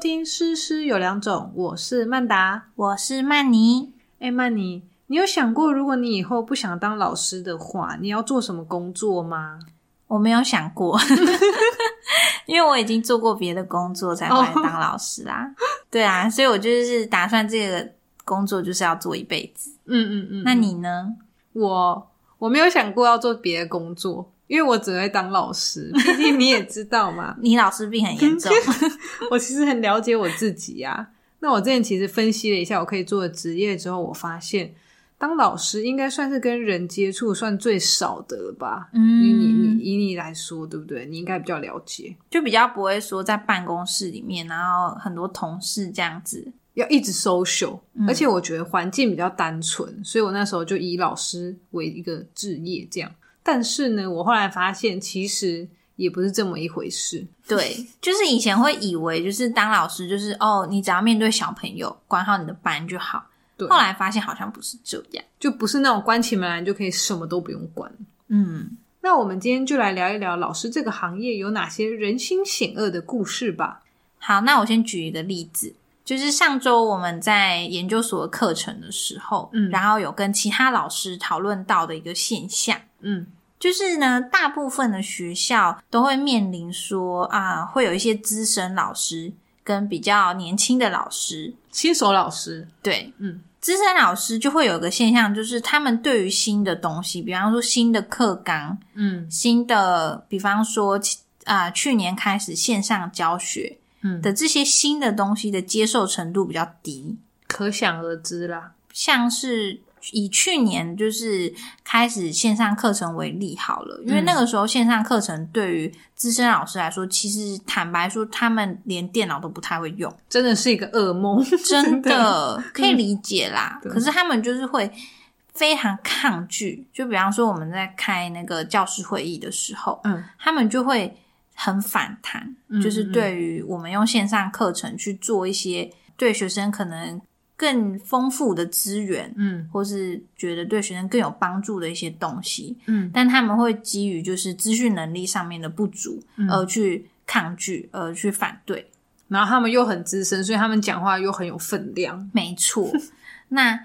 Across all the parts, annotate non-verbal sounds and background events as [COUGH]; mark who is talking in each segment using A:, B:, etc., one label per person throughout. A: 听《诗诗有两种》，我是曼达。
B: 我是曼妮。
A: 哎，曼妮，你有想过，如果你以后不想当老师的话，你要做什么工作吗？
B: 我没有想
A: [LAUGHS]
B: 过，因为我已经做过别的工作才回来当老师啊。
A: 哦
B: 对啊，所以我就是打算这个工作就是要做一辈子。
A: 嗯嗯嗯。
B: 那你呢？
A: 我我没有想过要做别的工作，因为我只会当老 [LAUGHS] 师。毕竟你也知道嘛，
B: 你老师病很严重，
A: 我其实很了解我自己呀、那我之前其实分析了一下我可以做的职业之后，我发现当老师应该算是跟人接触算最少的了吧？
B: [LAUGHS]
A: 因为你
B: 嗯
A: 你，以你来说，对不对？你应该比较了解，
B: 就比较不会说在办公室里面，然后很多同事这样子。
A: 要一直 social，、
B: 嗯
A: 而且我觉得环境比较单纯，所以我那时候就以老师为一个职业这样。但是呢，我后来发现其实也不是这么一回事。 [LAUGHS]
B: 对，就是以前会以为就是当老师就是哦，你只要面对小朋友，管好你的班就好。
A: 对
B: 后来发现好像不是这样。
A: 就不是那种关起门来你就可以什么都不用管。
B: 嗯，
A: 那我们今天就来聊一聊老师这个行业有哪些人心险恶的故事吧。
B: 好，那我先举一个例子，就是上周我们在研究所的课程的时候，
A: 嗯
B: 然后有跟其他老师讨论到的一个现象，
A: 嗯
B: 就是呢，大部分的学校都会面临说啊，会有一些资深老师跟比较年轻的老师，
A: 新手老师，
B: 对，
A: 嗯，
B: 资深老师就会有个现象，就是他们对于新的东西，比方说新的课纲、
A: 嗯
B: 新的，比方说啊、去年开始线上教学，
A: 嗯，
B: 的这些新的东西的接受程度比较低，
A: 可想而知啦。
B: 像是以去年就是开始线上课程为例好了，因为
A: 嗯
B: 那个时候线上课程对于资深老师来说，其实坦白说，他们连电脑都不太会用，
A: 真的是一个噩梦， [LAUGHS]
B: 真
A: 的。
B: 的可以理解啦。
A: 对
B: 可是他们就是会非常抗拒，就比方说我们在开那个教师会议的时候，
A: 嗯，
B: 他们就会很反弹，
A: 嗯
B: 就是对于我们用线上课程去做一些对学生可能更丰富的资源，
A: 嗯
B: 或是觉得对学生更有帮助的一些东西，
A: 嗯
B: 但他们会基于就是资讯能力上面的不足
A: 嗯
B: 而去抗拒，而去反对。
A: 然后他们又很资深，所以他们讲话又很有分量。
B: 没错， [LAUGHS] 那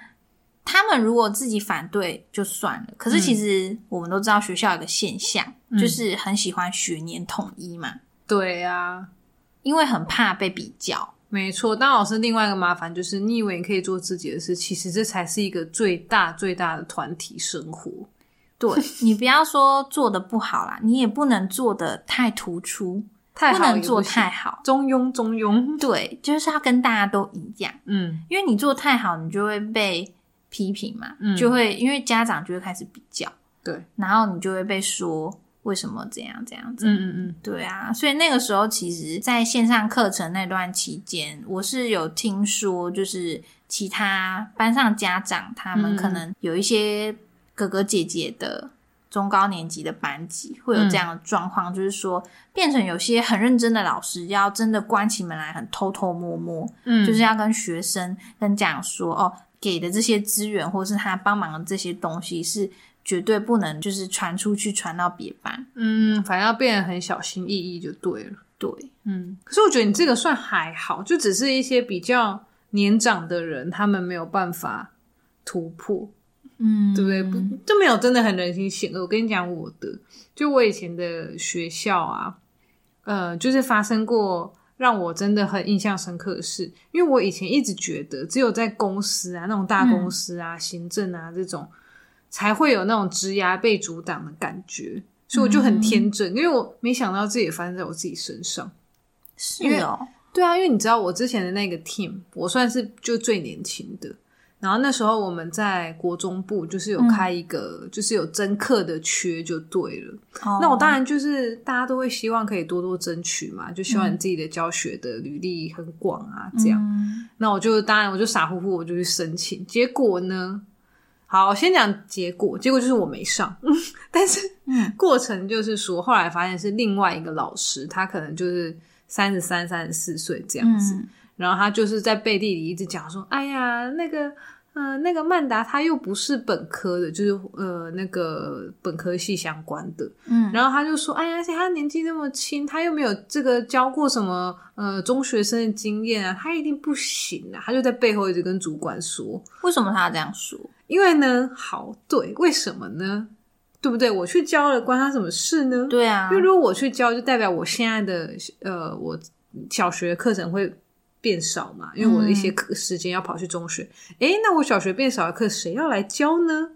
B: 他们如果自己反对就算了，可是其实我们都知道学校有个现象，
A: 嗯
B: 就是很喜欢学年统一嘛，
A: 对啊，
B: 因为很怕被比较。
A: 没错。当老师另外一个麻烦就是，你以为你可以做自己的事，其实这才是一个最大最大的团体生活。
B: 对你不要说做的不好啦，你也不能做的太突出，
A: 太好
B: 不能
A: 也
B: 做
A: 行
B: 太好。
A: 中庸中庸。
B: 对，就是要跟大家都一样，
A: 嗯
B: 因为你做太好，你就会被批评嘛，
A: 嗯
B: 就会因为家长就会开始比较，
A: 对，
B: 然后你就会被说为什么这样这样这样。
A: 嗯嗯嗯，
B: 对啊，所以那个时候其实，在线上课程那段期间，我是有听说，就是其他班上家长他们
A: 嗯
B: 可能有一些哥哥姐姐的中高年级的班级会
A: 嗯
B: 有这样的状况，就是说变成有些很认真的老师要真的关起门来很偷偷摸摸，
A: 嗯
B: 就是要跟学生跟家长说哦，给的这些资源或是他帮忙的这些东西是绝对不能就是传出去传到别班，
A: 嗯，反正要变得很小心翼翼就对了。
B: 对。
A: 嗯，可是我觉得你这个算还好，就只是一些比较年长的人，他们没有办法突破，
B: 嗯，
A: 对不对？不，就没有真的很人心险恶。我跟你讲，我的就我以前的学校啊，呃，就是发生过让我真的很印象深刻的事，因为我以前一直觉得，只有在公司啊那种大公司啊、行政啊这种，才会有那种职涯被阻挡的感觉。所以我就很天真，因为我没想到自己也发生在我自己身上。
B: 是
A: 因为
B: 哦，
A: 对啊，因为你知道我之前的那个 team，我算是就最年轻的。然后那时候我们在国中部就是有开一个，就是有征课的缺就对了。
B: 哦
A: 那我当然就是大家都会希望可以多多争取嘛，就希望你自己的教学的履历很广啊，
B: 哦嗯
A: 这样。
B: 样，
A: 那我就当然我就傻乎乎我就去申请，结果呢，好，先讲结果，结果就是我没上， [LAUGHS] 但是
B: 嗯
A: 过程就是说，后来发现是另外一个老师，他可能就是三十三、三十四岁这样子，
B: 嗯
A: 然后他就是在背地里一直讲说：“哎呀，那个嗯，那个曼达他又不是本科的，就是呃那个本科系相关的，
B: 嗯，
A: 然后他就说，哎呀，而且他年纪那么轻，他又没有这个教过什么呃中学生的经验啊，他一定不行啊，他就在背后一直跟主管说，
B: 为什么他要这样说？
A: 因为呢，好对，为什么呢？对不对？我去教了，关他什么事呢？
B: 对啊
A: 因为，如果我去教，就代表我现在的呃，我小学课程会变少嘛，因为我的一些
B: 嗯
A: 课时间要跑去中学。诶，那我小学变少的课，谁要来教呢？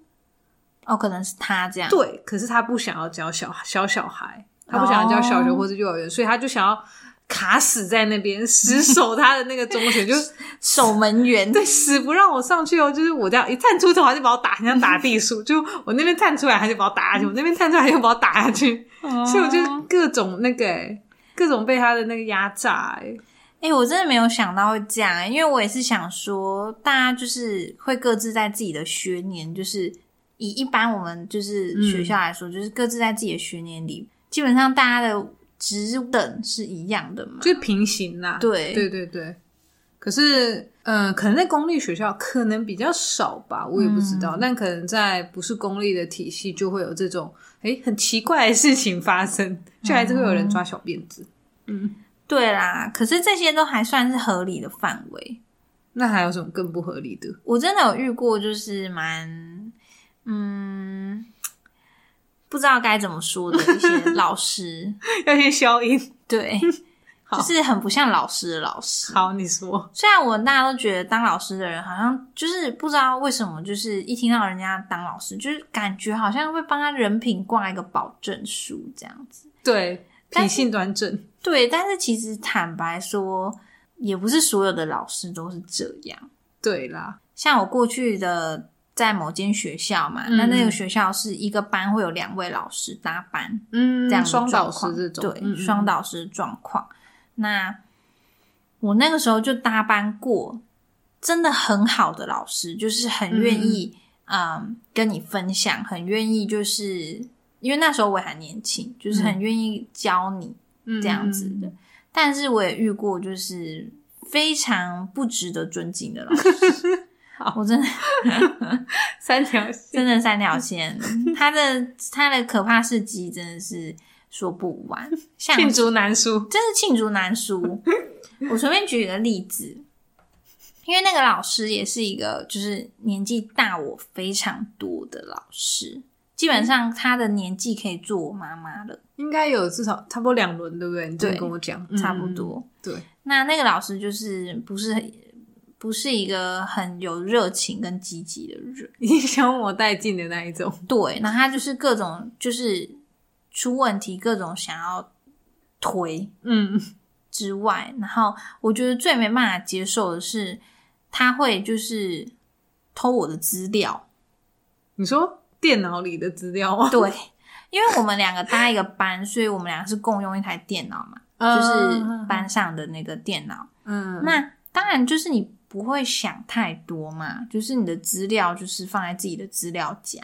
B: 哦，可能是他这样，
A: [LAUGHS] 对，可是他不想要教小小小孩，他不想要教小学
B: 哦
A: 或者幼儿园，所以他就想要卡死在那边，死守他的那个中
B: [LAUGHS]
A: 学，就
B: 守门员，
A: [LAUGHS] 对，死不让我上去哦！就是我这样一探出头，他就把我打，很像打地
B: [LAUGHS]
A: 鼠。就我那边探出来，他就把我打下去；我那边探出来，他就把我打下去。
B: 哦
A: 所以我就各种那个、欸，各种被他的那个压榨、欸。
B: 哎、我真的没有想到会这样、欸，因为我也是想说，大家就是会各自在自己的学年，就是以一般我们就是
A: 嗯
B: 学校来说，就是各自在自己的学年里，基本上大家的职等是一样的嘛。
A: 就是平行啊啦。
B: 对
A: 对对对。可是，嗯、可能在公立学校可能比较少吧，我也不知道。但可能在不是公立的体系，就会有这种诶很奇怪的事情发生，就还是会有人抓小辫子。
B: 对啦，可是这些都还算是合理的范围。
A: 那还有什么更不合理的？
B: 我真的有遇过，就是蛮嗯，不知道该怎么说的一些老师，
A: 要先消音。
B: 对，就是很不像老师的老师。
A: 好，你说。
B: 虽然我们大家都觉得当老师的人好像就是不知道为什么，就是一听到人家当老师，就是感觉好像会帮他人品挂一个保证书这样子。
A: 对，
B: 但
A: 品
B: 是
A: 性端正。
B: 对，但是其实坦白说，也不是所有的老师都是这样。
A: 对啦，
B: 像我过去的在某间学校嘛，
A: 嗯
B: 那那个学校是一个班会有两位老师搭班，
A: 嗯
B: 这样的
A: 双导
B: 状
A: 师
B: 况
A: 这种，
B: 对，
A: 嗯
B: 双，导师的状况。那我那个时候就搭班过，真的很好的老师，就是很愿意嗯跟你分享，很愿意就是因为那时候我还年轻，就是很愿意教你
A: 嗯
B: 这样子的。。但是我也遇过就是非常不值得尊敬的老师
A: [LAUGHS] 好，
B: 我真的
A: 三条线，
B: [LAUGHS] 真的三条线，他的他的可怕事迹真的是说不完，像
A: 罄竹难书。
B: 真是罄竹难书。我随便举一个例子，因为那个老师也是一个就是年纪大我非常多的老师，基本上他的年纪可以做我妈妈了，
A: 应该有至少差不多两轮，对不对？你这么
B: 对
A: 跟我讲，
B: 差不
A: 嗯。
B: 多。
A: 对，
B: 那那个老师就是不是很不是一个很有热情跟积极的人，
A: 你消磨殆尽的那一种。
B: 对，那他就是各种就是出问题，各种想要推，
A: 嗯，
B: 之外，然后我觉得最没办法接受的是，他会就是偷我的资
A: [LAUGHS]
B: 料。
A: 你说电脑里的资料吗？
B: 对，因为我们两个搭一个班，所以我们两个是共用一台电脑嘛，
A: 嗯
B: 就是，班上的那个电脑。
A: 嗯，
B: 那当然就是你不会想太多嘛，就是你的资料就是放在自己的资料夹，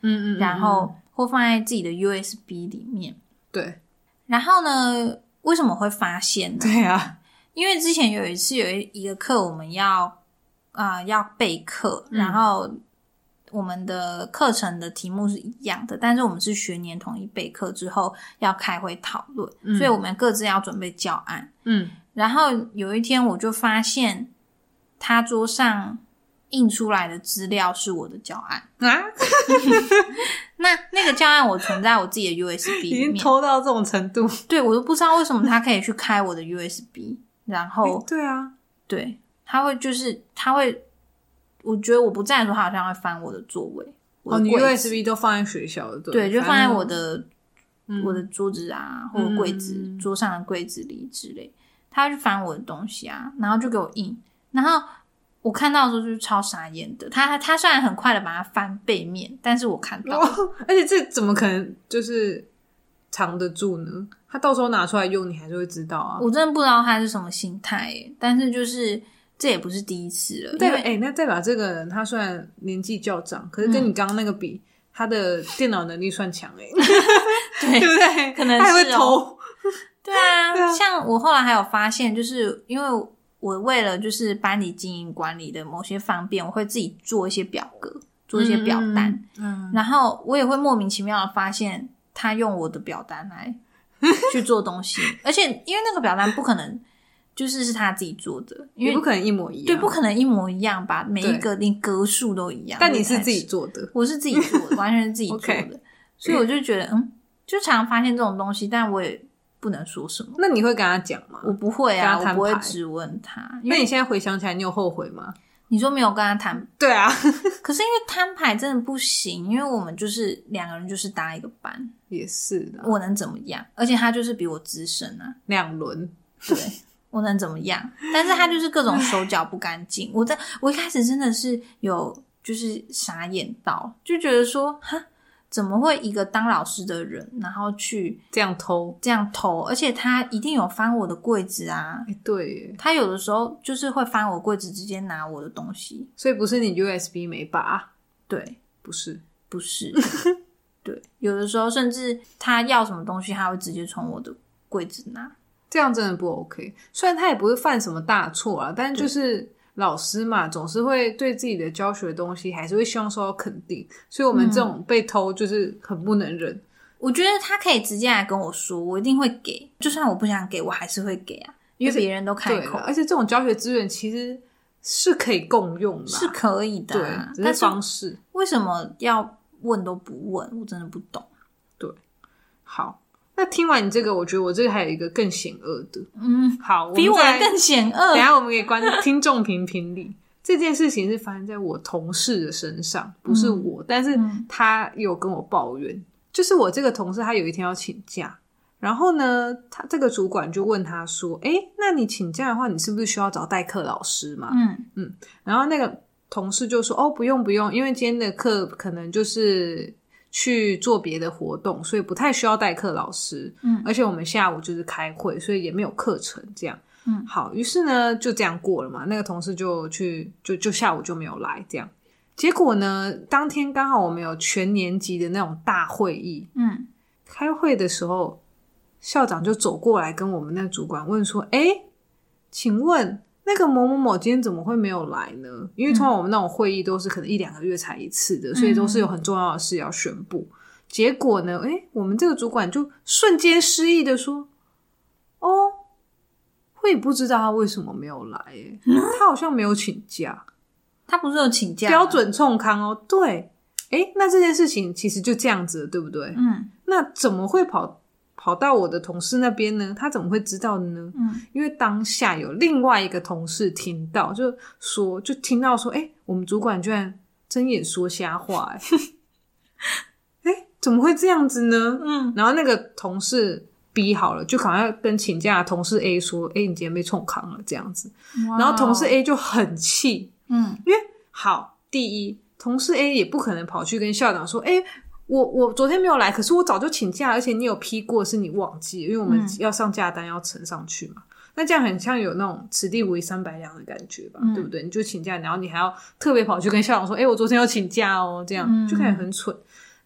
A: 嗯嗯嗯，
B: 然后或放在自己的 USB 里面。
A: 对
B: 然后呢，为什么会发现呢？
A: 对啊，
B: 因为之前有一次有一一个课，我们要啊、呃要备课，
A: 嗯
B: 然后我们的课程的题目是一样的，但是我们是学年统一备课之后要开会讨论，
A: 嗯
B: 所以我们各自要准备教案。
A: 嗯，
B: 然后有一天我就发现他桌上印出来的资料是我的教案，
A: 啊，
B: 那那个教案我存在我自己的
A: [LAUGHS]
B: USB
A: 已
B: 里
A: 经
B: 面，
A: 偷到这种程度。
B: 对我都不知道为什么他可以去开我的 USB，然
A: 嗯
B: 后。
A: 对啊，
B: 对，他会就是他会，我觉得我不在的时候，他好像会翻我的座位，我
A: 哦，
B: 的
A: 你
B: 柜子
A: USB 都放在学校的，
B: 对，就放在我
A: 的
B: 的我的桌子啊，或者柜子、
A: 嗯
B: 桌上的柜子里之类，他会去翻我的东西啊，然后就给我印，然后我看到的时候就是超傻眼的，他他虽然很快的把它翻背面，但是我看到了，
A: 哦，而且这怎么可能就是藏得住呢？他到时候拿出来用，你还是会知道啊。
B: 我真的不知道他是什么心态耶，但是就是这也不是第一次了，
A: 代
B: 因
A: 表
B: 为
A: 哎、那代表这个人他虽然年纪较长，可是跟
B: 嗯
A: 你刚刚那个比，他的电脑能力算强哎、
B: [LAUGHS]
A: [LAUGHS]
B: 对
A: 对不对？
B: 可能
A: 他还会
B: 是哦
A: 偷，
B: 对啊，
A: 对啊
B: 像我后来还有发现，就是因为我为了就是班里经营管理的某些方便，我会自己做一些表格，做一些表单，
A: 嗯，嗯，
B: 然后我也会莫名其妙的发现他用我的表单来去做
A: [LAUGHS]
B: 东西，而且因为那个表单不可能就是是他自己做的，因
A: 也
B: 为
A: 不可能一模一样，
B: 对不可能一模一样吧，每
A: 对
B: 一个连格数都一样。
A: 但你
B: 我
A: 是
B: 才
A: 自己，做的，
B: 我是自己
A: [LAUGHS]
B: 做的，完全是自己做
A: OK
B: 的，所以我就觉得嗯，就常发现这种东西，但我也不能说什么。
A: 那你会跟他讲吗？
B: 我不会
A: 跟他
B: 啊，我
A: 摊
B: 不会
A: 牌
B: 质问他，因
A: 那
B: 为
A: 你现在回想起来，你有后悔吗？
B: 你说没有跟他谈
A: 对啊，
B: 可是因为摊牌真的不行，因为我们就是两个人就是搭一个班，
A: [LAUGHS] 也是的，
B: 我能怎么样？而且他就是比我资深
A: [LAUGHS]
B: 啊，
A: 两轮，
B: 对我能怎么样？但是他就是各种手脚不干净。我在我一开始真的是有就是傻眼到，就觉得说哈，怎么会一个当老师的人，然后去
A: 这样偷，
B: 这样偷？而且他一定有翻我的柜子啊。
A: 哎，对耶，
B: 他有的时候就是会翻我柜子，直接拿我的东西。
A: 所以不是你 USB 没拔，
B: 对，
A: 不是，
B: 不是，
A: [LAUGHS]
B: 对，有的时候甚至他要什么东西，他会直接从我的柜子拿。
A: 这样真的不 OK。虽然他也不是犯什么大错啊，但就是老师嘛，总是会对自己的教学东西还是会希望受到肯定，所以我们这种被偷就是很不能忍。
B: 我觉得他可以直接来跟我说，我一定会给，就算我不想给，我还是会给啊，因为别人都开
A: 对
B: 口
A: 了，而且这种教学资源其实是可以共用的啊、
B: 是可以的啊、
A: 对，只
B: 但
A: 是
B: 是
A: 方式。
B: 为什么要问都不问？我真的不懂。
A: 好，那听完你这个，我觉得我这个还有一个更险恶的。
B: 嗯，
A: 好，我们
B: 比我
A: 再
B: 的更险恶
A: 等一。下我们给观听众 [LAUGHS] 评评理。这件事情是发生在我同事的身上，不是我，但是
B: 嗯
A: 他有跟我抱怨，就是我这个同事他有一天要请假，然后呢，他这个主管就问他说：“哎，那你请假的话，你是不是需要找代课老师嘛？”
B: 嗯
A: 然后那个同事就说：“哦，不用不用，因为今天的课可能就是去做别的活动，所以不太需要代课老师。
B: 嗯
A: 而且我们下午就是开会，所以也没有课程这样。
B: 嗯
A: 好，于是呢就这样过了嘛。那个同事就去就就下午就没有来这样。结果呢，当天刚好我们有全年级的那种大会议，
B: 嗯，
A: 开会的时候，校长就走过来跟我们那主管问说：“哎，请问那个某某某今天怎么会没有来呢？因为通常我们那种会议都是可能一两个月才一次的，所以都是有很重要的事要宣布。结果呢，哎，我们这个主管就瞬间失忆的说：‘哦，我也不知道他为什么没有来、诶他好像没有请假。’
B: 他不是有请假吗
A: 标？准冲康哦，对，诶，那这件事情其实就这样子了，对不对？
B: 嗯
A: 那怎么会跑跑到我的同事那边呢？他怎么会知道的呢？
B: 嗯
A: 因为当下有另外一个同事听到，就说就听到说，哎、我们主管居然睁眼说瞎话、诶 [LAUGHS] 哎、怎么会这样子呢？
B: 嗯
A: 然后那个同事。逼好了，就好像跟请假的同事 A 说：“哎、你今天被冲康了这样子。”
B: 哇哦
A: 然后同事 A 就很气，
B: 嗯
A: 好，第一，同事 A 也不可能跑去跟校长说，哎、我我昨天没有来，可是我早就请假，而且你有批过，是你忘记，因为我们
B: 嗯
A: 要上假单要呈上去嘛。那这样很像有那种此地无银三百两的感觉吧，
B: 嗯
A: 对不对？你就请假，然后你还要特别跑去跟校长说，哎、我昨天要请假哦，这样
B: 嗯
A: 就感觉很蠢。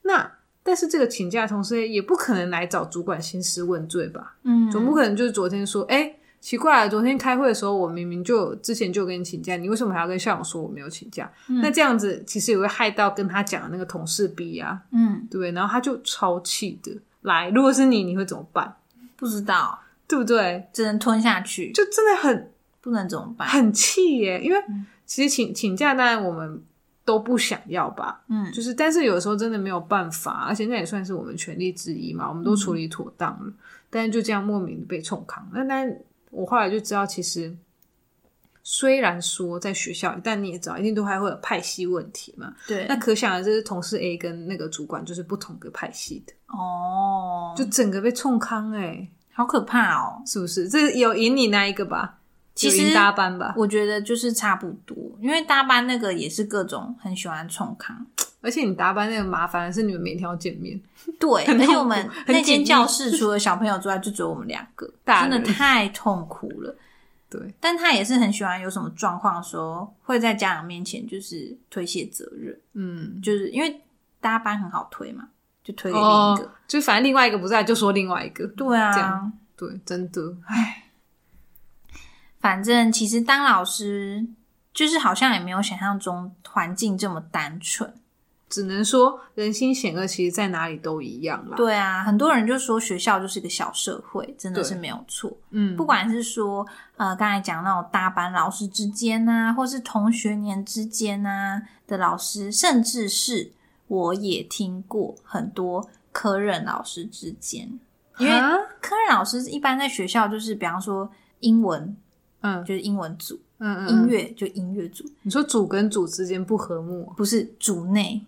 A: 那但是这个请假的同事 A 也不可能来找主管兴师问罪吧？
B: 嗯，
A: 总不可能就是昨天说，哎、奇怪了，昨天开会的时候，我明明就有之前就有跟你请假，你为什么还要跟校长说我没有请假？
B: 嗯
A: 那这样子其实也会害到跟他讲的那个同事 B 啊，
B: 嗯
A: 对不对？然后他就超气的，来，如果是你，你会怎么办？
B: 不知道，
A: 对不对？
B: 只能吞下去，
A: 就真的很
B: 不能怎么办？
A: 很气耶，因为
B: 嗯
A: 其实请请假，当然我们都不想要吧，
B: 嗯，
A: 就是，但是有时候真的没有办法，而且那也算是我们权利之一嘛，我们都处
B: 嗯
A: 理妥当了，但是就这样莫名的被冲康。那但我后来就知道，其实虽然说在学校里，但你也知道，一定都还会有派系问题嘛。
B: 对，
A: 那可想而知，同事 A 跟那个主管就是不同个派系的，
B: 哦，
A: 就整个被冲康哎、
B: 好可怕哦。
A: 是不是？这有赢你那一个吧？
B: 其
A: 有赢
B: 实
A: 搭班吧，
B: 我觉得就是差不多，因为搭班那个也是各种很喜欢冲康，
A: 而且你搭班那个麻烦的是你们每天要见面，
B: 对，
A: 很
B: 而且
A: 痛
B: 我们
A: 苦很
B: 那
A: 紧
B: 间
A: 密
B: 教室除了小朋友之外，就只有我们两个，
A: 大
B: 真的
A: 人
B: 太痛苦了。
A: 对，
B: 但他也是很喜欢有什么状况的时候，会在家长面前就是推卸责任，
A: 嗯。
B: 就是因为搭班很好推嘛，就推给另一个。啊
A: 哦，就反正另外一个不在，就说另外一个。
B: 对
A: 这
B: 啊
A: 样，对，真的，唉，
B: 反正其实当老师就是好像也没有想象中环境这么单纯。
A: 只能说人心险恶，其实在哪里都一样啦。，
B: 对啊，很多人就说学校就是个小社会，真的是
A: 对
B: 没有错。
A: 嗯，
B: 不管是说呃刚才讲那种大班老师之间呐、或是同学年之间呐、的老师，甚至是我也听过很多科任老师之间，因为
A: 啊
B: 科任老师一般在学校就是，比方说英文
A: 嗯
B: 就是英文组，
A: 嗯嗯
B: 音
A: 嗯，
B: 乐就音乐组，
A: 你说组跟组之间不和睦，
B: 不是组内，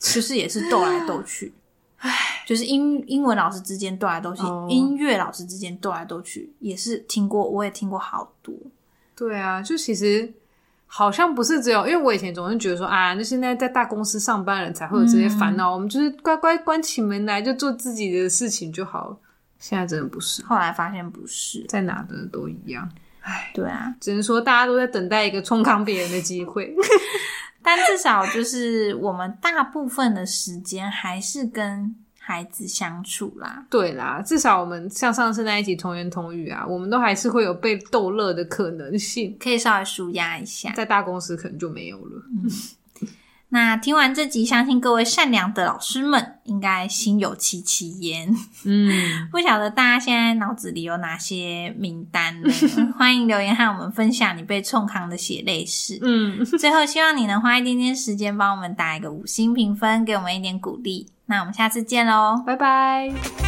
B: 就是也是斗来斗去。唉，就是英英文老师之间斗来斗去
A: 哦
B: 音乐老师之间斗来斗去，也是听过，我也听过好多。
A: 对啊，就其实好像不是只有，因为我以前总是觉得说啊，那现在在大公司上班的人才会有这些
B: 嗯
A: 烦恼，我们就是乖乖关起门来就做自己的事情就好了。现在真的不是，
B: 后来发现不是，
A: 在哪的都一样，
B: 对啊，
A: 只能说大家都在等待一个冲康别人的机会。
B: 但至少就是我们大部分的时间还是跟孩子相处啦。
A: 对啦，至少我们像上次那一集同言同语啊，我们都还是会有被逗乐的可能性，
B: 可以稍微舒压一下。
A: 在大公司可能就没有了。
B: 那听完这集，相信各位善良的老师们应该心有戚戚焉。
A: 嗯，
B: 不晓得大家现在脑子里有哪些名单呢？欢迎留言和我们分享你被冲康的血泪史。
A: 嗯， [LAUGHS]
B: 最后，希望你能花一点点时间帮我们打一个五星评分，给我们一点鼓励。那我们下次见喽，
A: 拜拜。